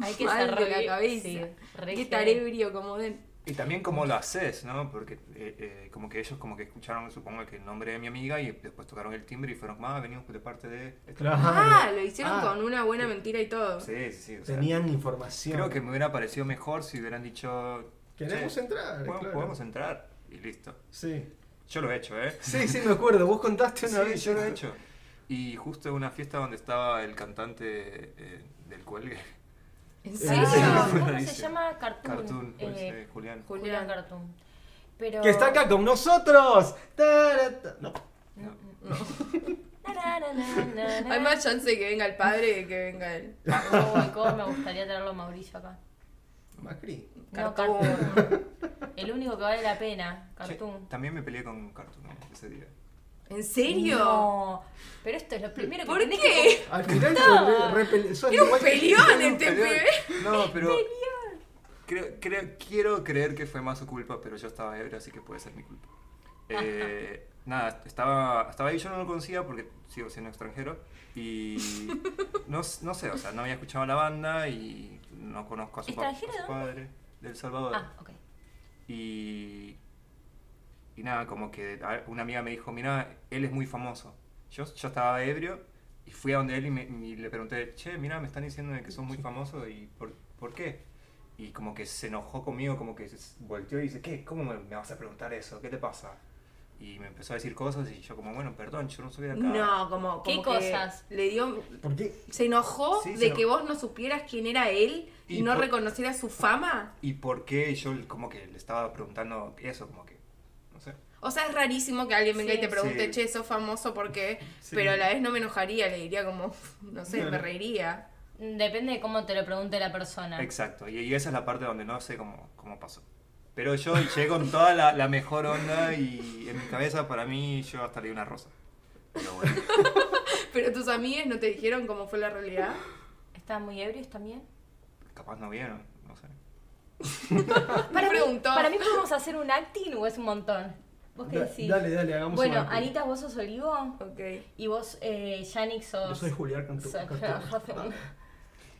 Hay que
mal de
cerrar
la
bien,
cabeza.
sí, re
hay que
heavy.
estar ebrio como de...
Y también cómo lo haces, ¿no? Porque eh, eh, como que ellos como que escucharon, supongo que el nombre de mi amiga y después tocaron el timbre y fueron, ah, venimos de parte de... esta".
Claro.
Ah, lo hicieron
Ah.
con una buena mentira y todo.
Sí, sí, sí. o sea,
Tenían información.
creo que me hubiera parecido mejor si hubieran dicho...
Queremos
"Che,
entrar.
podemos,
claro.
podemos entrar. Y listo.
Sí.
Yo lo he hecho, ¿eh?
Sí, sí, me acuerdo. Vos contaste una
Sí,
vez.
yo lo he hecho. Y justo en una fiesta donde estaba el cantante eh, del cuelgue,
¿En
Sí.
serio?
Ah,
Sí.
¿Cómo se llama? Cartoon.
Cartoon,
Eh,
pues, eh, Julián.
Julián
Julián.
Cartoon. Pero...
Que está acá con nosotros. Tarata- No.
No.
Na, na, na, na, na.
Hay más chance de que venga el padre que que venga el
Uy, cómo me gustaría tenerlo a Mauricio acá.
Macri.
No,
cartón.
Cartoon. El único que vale la pena, Cartoon.
Che, También me peleé con Cartoon eh, ese día.
¿En serio?
No, pero esto es lo primero que
¿Por
tenés
qué?
que-
Al final
No.
se re- repele- sos
Era un
igual que-
peleón
Era un
este
peleón.
pibe.
¿eh?
No, pero. Creo, creo- quiero creer que fue más su culpa, pero yo estaba ebrio, así que puede ser mi culpa. Eh, nada, estaba, estaba ahí, yo no lo conocía porque sigo siendo extranjero. Y no, s- no sé, o sea, no había escuchado la banda y no conozco a su, pa- a su
¿Extranjero de dónde?
padre, del Salvador.
Ah, ok.
Y, y nada, como que a- una amiga me dijo, mira, él es muy famoso. Yo, yo estaba ebrio y fui a donde él y, me- y le pregunté, che, mira, me están diciendo de que sos muy famoso y por, ¿por qué? Y como que se enojó conmigo, como que se volteó y dice, ¿qué? ¿Cómo me, me vas a preguntar eso? ¿Qué te pasa? Y me empezó a decir cosas y yo como, bueno, perdón, yo no soy de acá.
No, como, como
¿Qué
que
cosas?
Le dio
¿Por qué?
se enojó
Sí, se
de
enojó.
que vos no supieras quién era él y,
Y
no
por-
reconocieras su fama.
¿Y por qué? Y yo como que le estaba preguntando eso, como que, no sé.
O sea, es rarísimo que alguien venga
Sí.
y te pregunte,
Sí.
che, sos famoso porque,
Sí.
pero a la vez no me enojaría, le diría como, no sé, me
Claro.
reiría.
mm, Depende de cómo te lo pregunte la persona.
Exacto, y, y esa es la parte donde no sé cómo, cómo pasó. Pero yo llegué con toda la, la mejor onda y en mi cabeza, para mí, yo hasta leí una rosa. Pero bueno,
Pero tus amigues no te dijeron cómo fue la realidad.
¿Están muy ebrios también?
capaz no vieron, no sé.
Para preguntó.
Para mí podemos hacer un acting o es un montón. ¿Vos qué
Da-
decís?
Dale, dale, hagamos
bueno,
una-
Anita, vos sos Olivo
Ok.
y vos, eh, Yannick, sos...
Yo soy Julián Cantú.
sos-
Cantú.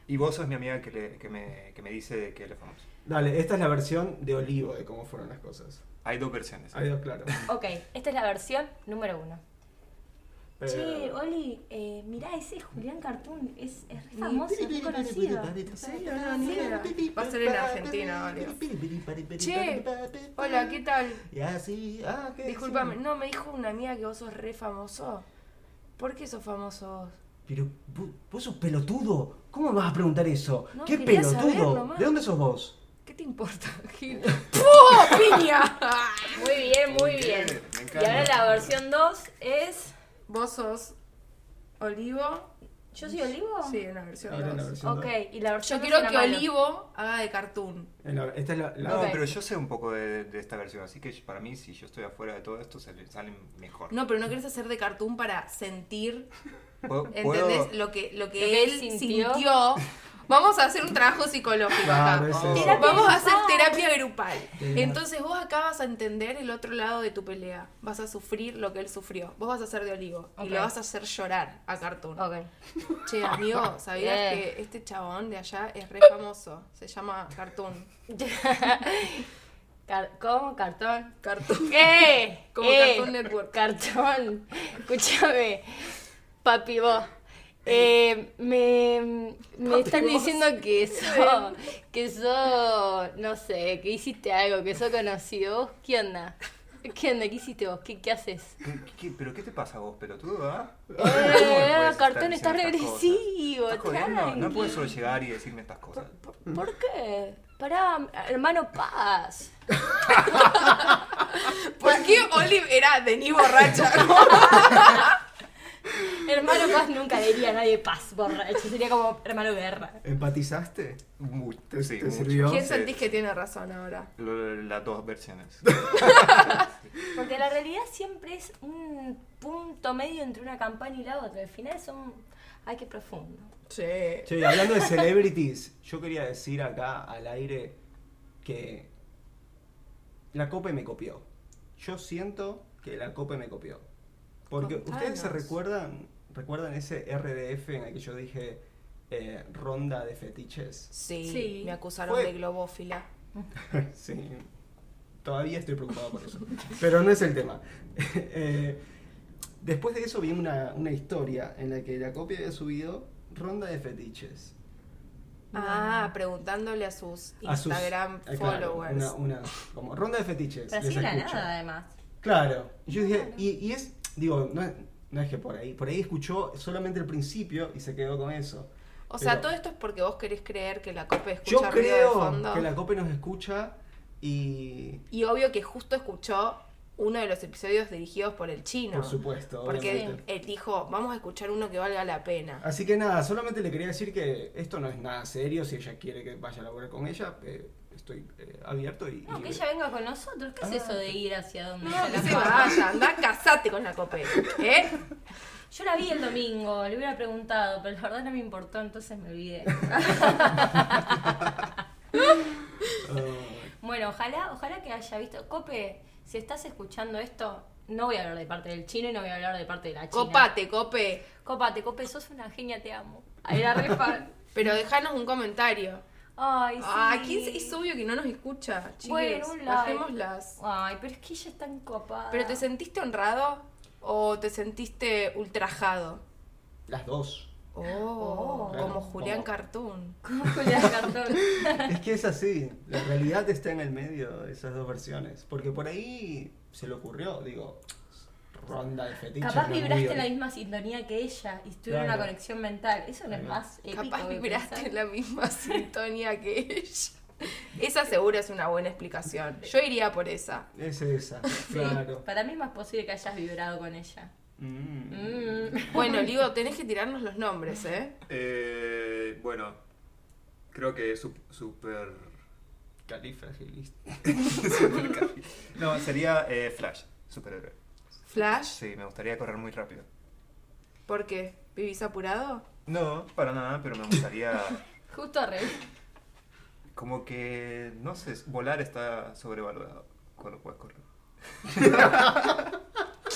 Y vos sos mi amiga que, le- que, me, que me dice de que él es famoso.
Dale, esta es la versión de Olivo de cómo fueron las cosas.
Hay dos versiones.
Ahí dos claro.
ok, esta es la versión número uno.
Eh,
Che, Oli, eh, mirá, ese Julián Cartoon es, es re famoso, es re conocido.
Va a ser en Argentina,
Olivo.
Che, Hola, ¿qué tal?
Y así, ah, ¿qué?
Disculpame,
Sí.
no, me dijo una amiga que vos sos re famoso. ¿Por qué sos famoso vos?
Pero vos, vos sos pelotudo. ¿Cómo me vas a preguntar eso?
No,
¿Qué
quería
pelotudo?
saber nomás.
¿De dónde sos vos?
¿Qué te importa, Gil? ¡Oh, piña!
Muy bien, muy
Muy
bien.
bien, me encanta.
Y ahora la versión 2 es...
Vos sos Olivo.
¿Yo soy Olivo?
Sí, en la versión
Ahora en la
dos.
versión
Ok, y la versión
Yo
dos
quiero
era
que
malo.
Olivo haga de cartoon.
dos. En la- Esta es la. la-
No,
Ok.
pero yo sé un poco de, de esta versión, así que para mí, si yo estoy afuera de todo esto, se le salen mejor.
No, pero no querés hacer de cartoon para sentir,
Puedo- puedo-
¿entendés? Lo que, lo que
Lo que
él
él
sintió.
sintió.
Vamos a hacer un trabajo psicológico
Claro,
acá.
es eso.
Oh. Terapia
Vamos a hacer
grupal.
terapia grupal.
Terapia.
Entonces vos acá vas a entender el otro lado de tu pelea. Vas a sufrir lo que él sufrió. Vos vas a ser de olivo
Ok.
y lo vas a hacer llorar a Cartoon.
Ok.
Che, amigo, ¿sabías
Bien.
que este chabón de allá es re famoso? Se llama Cartoon.
Car- ¿Cómo? Cartón.
Cartón.
¿Qué?
Como
Eh,
Cartoon Network.
Cartón. Escúchame, papi vos. eh, me me
Papi,
están
vos.
diciendo que eso, que eso, no sé, que hiciste algo, que eso conocido. ¿Vos ¿Qué onda? ¿Qué onda? ¿Qué hiciste vos? ¿Qué, qué haces?
¿Qué- qué- ¿Pero qué te pasa vos, pelotudo? ah? ¿Cómo
Eh,
puedes
cartón, estás
estar diciendo estas cosas?
regresivo.
¿Estás jodiendo? No
tranqui.
puedes solo llegar y decirme estas cosas.
¿Por qué? Pará, hermano Paz.
¿Por qué Olive era de ni borracha?
Hermano Paz nunca le diría a nadie Paz, borracho. Sería como hermano Guerra.
¿Empatizaste?
Mu-
¿Te-
sí,
te
mucho.
sirvió?
¿Quién
Sí.
sentís que tiene razón ahora?
Lo- Las dos versiones.
Porque la realidad siempre es un punto medio entre una campaña y la otra. Al final son. ¡Ay, qué profundo!
Sí.
Che, y hablando de celebrities, yo quería decir acá al aire que la Cope me copió. Yo siento que la Cope me copió. Porque ustedes se
Contanos.
recuerdan, recuerdan ese RDF en el que yo dije eh, ronda de fetiches.
Sí,
Sí.
me acusaron
Fue-
de globófila.
sí. Todavía estoy preocupado por eso. Pero no es el tema. Eh, después de eso vi una, una historia en la que la Cope había subido ronda de fetiches.
Ah, preguntándole a sus
a sus-
Instagram
eh, claro,
followers.
una, una como ronda de fetiches.
Pero así
les
de la
escucho.
nada, además.
Claro. Y Yo dije, y, y es, digo, no es, no es que por ahí, por ahí escuchó solamente el principio y se quedó con eso.
O sea,
Pero-
todo esto es porque vos querés creer que la copa escucha
Yo
ruido de
creo
fondo.
que la COPE nos escucha y,
Y obvio que justo escuchó uno de los episodios dirigidos por el chino.
por supuesto,
Porque
obviamente. Ah,
él dijo, vamos a escuchar uno que valga la pena.
Así que nada, solamente le quería decir que esto no es nada serio, si ella quiere que vaya a laburar con ella, eh, estoy eh, abierto y...
No,
y-
que ella venga con nosotros. ¿Qué es eso de ir hacia donde
No,
está
que
la
se
fama?
vaya, anda, casate con la copa. ¿Eh?
Yo la vi el domingo, le hubiera preguntado, pero la verdad no me importó, entonces me olvidé.
Ah,
Bueno, ojalá, ojalá que haya visto. Cope, si estás escuchando esto, no voy a hablar de parte del chino y no voy a hablar de parte de la china.
Copate, cope.
Copate, Cope, sos una genia, te amo. Ahí era re fan.
Pero dejanos un comentario.
Ay, sí.
Ah, ¿quién se- es obvio que no nos escucha? Chicos,
Bueno, un like.
bajémoslas.
Ay, pero es que ella es tan copada.
¿Pero te sentiste honrado o te sentiste ultrajado?
las dos.
Oh,
Oh.
como Julián
Como-
Cartoon.
Como Julián Cartón.
Es que es así, la realidad está en el medio de esas dos versiones, porque por ahí se le ocurrió, digo, ronda de fetiches.
Capaz
no
vibraste
digo-
en la misma sintonía que ella y tuvieron
Claro.
una conexión mental. Eso no es
Claro.
más épico.
Capaz
que
vibraste
pensar.
en la misma sintonía que ella. Esa seguro es una buena explicación. Yo iría por esa.
Es esa, claro.
Para mí es más posible que hayas vibrado con ella.
Mm.
Mm.
Bueno, Ligo, tenés que tirarnos los nombres, ¿eh?
Eh, bueno, creo que es sup- super...
Califragilista.
no, sería eh, Flash, superhéroe.
Flash,
Sí, me gustaría correr muy rápido.
¿por qué? ¿Vivís apurado?
No, para nada, pero me gustaría...
Justo al revés.
Como que, no sé, volar está sobrevalorado. Cuando puedes correr.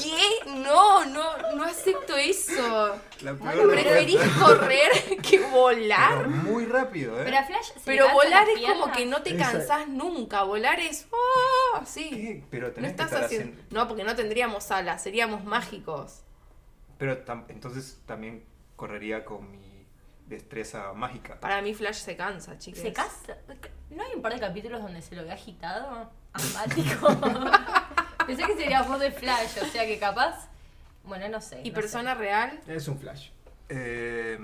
¿Qué? No, no, no acepto eso.
La peor
Bueno, pero
respuesta.
¿Preferís correr que
Pero
volar?
muy rápido, ¿eh?
Pero a Flash se le
Pero
cansan
volar
las
es como
piernas.
que no te
Esa-
cansás nunca. Volar es. ¡Oh! Sí.
¿Qué? Pero
No
tenés que
estás
estar
haciendo.
haciendo-
No, porque no tendríamos alas, seríamos mágicos.
Pero tam- entonces también correría con mi destreza mágica.
Para mí, Flash se cansa, chicos.
Se casa. ¿No hay un par de capítulos donde se lo ve agitado? Amático. Pensé que sería voz de Flash, o sea que capaz. Bueno, no sé.
¿Y
no
persona real?
Es un flash.
Eh,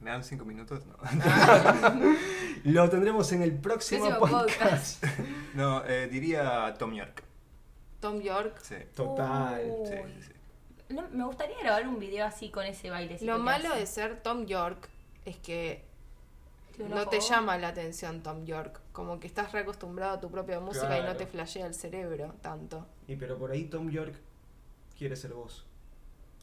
¿Me dan cinco minutos? No.
Lo tendremos en el próximo,
Próximo
podcast.
podcast.
no, eh, diría Tom York.
Tom York.
Sí,
Total.
Uh.
sí,
Uy.
sí, sí.
sé. No, me gustaría grabar un video así con ese baile.
Lo malo de ser Tom York es que no te llama la atención Tom York. Como que estás reacostumbrado a tu propia música y no
Claro.
te flashea el cerebro tanto.
Y pero por ahí Tom York quiere ser vos.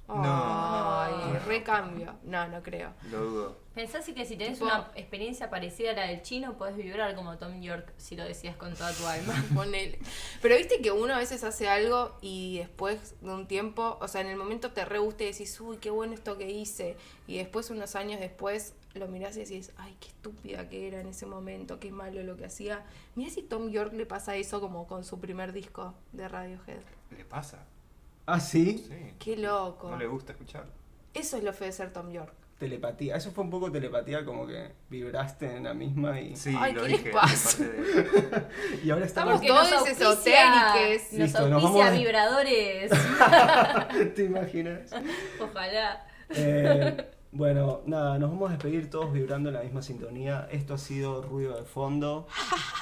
No, no,
Ay,
no.
recambio. No, no creo.
Lo dudo.
Pensás que si tenés
Tipo-
una experiencia parecida a la del chino, podés vibrar como Tom York si lo decías con toda tu alma.
Ponele. Pero viste que uno a veces hace algo y después de un tiempo, o sea, en el momento te re gusta y decís, uy, qué bueno esto que hice. Y después, unos años después, lo mirás y decís, ay, qué estúpida que era en ese momento, qué malo lo que hacía. Mirá si Tom York le pasa eso como con su primer disco de Radiohead.
Le pasa.
Ah, sí.
Sí.
Qué loco.
No le gusta escucharlo.
Eso es lo feo de ser Tom York.
Telepatía. Eso fue un poco telepatía, como que vibraste en la misma y,
Sí,
Ay,
lo
¿qué les
dije. de
pasa?
parte de-
y ahora está
Estamos
Martín.
Que nos
Todos
auspicia-
esotéricos.
Nos
Listo, nos
auspicia
vamos de-
vibradores.
¿Te imaginas?
Ojalá.
Eh, bueno, nada, nos vamos a despedir todos vibrando en la misma sintonía. Esto ha sido Ruido de Fondo,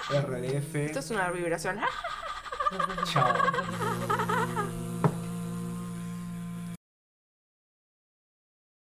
RDF.
Esto es una vibración.
Chao.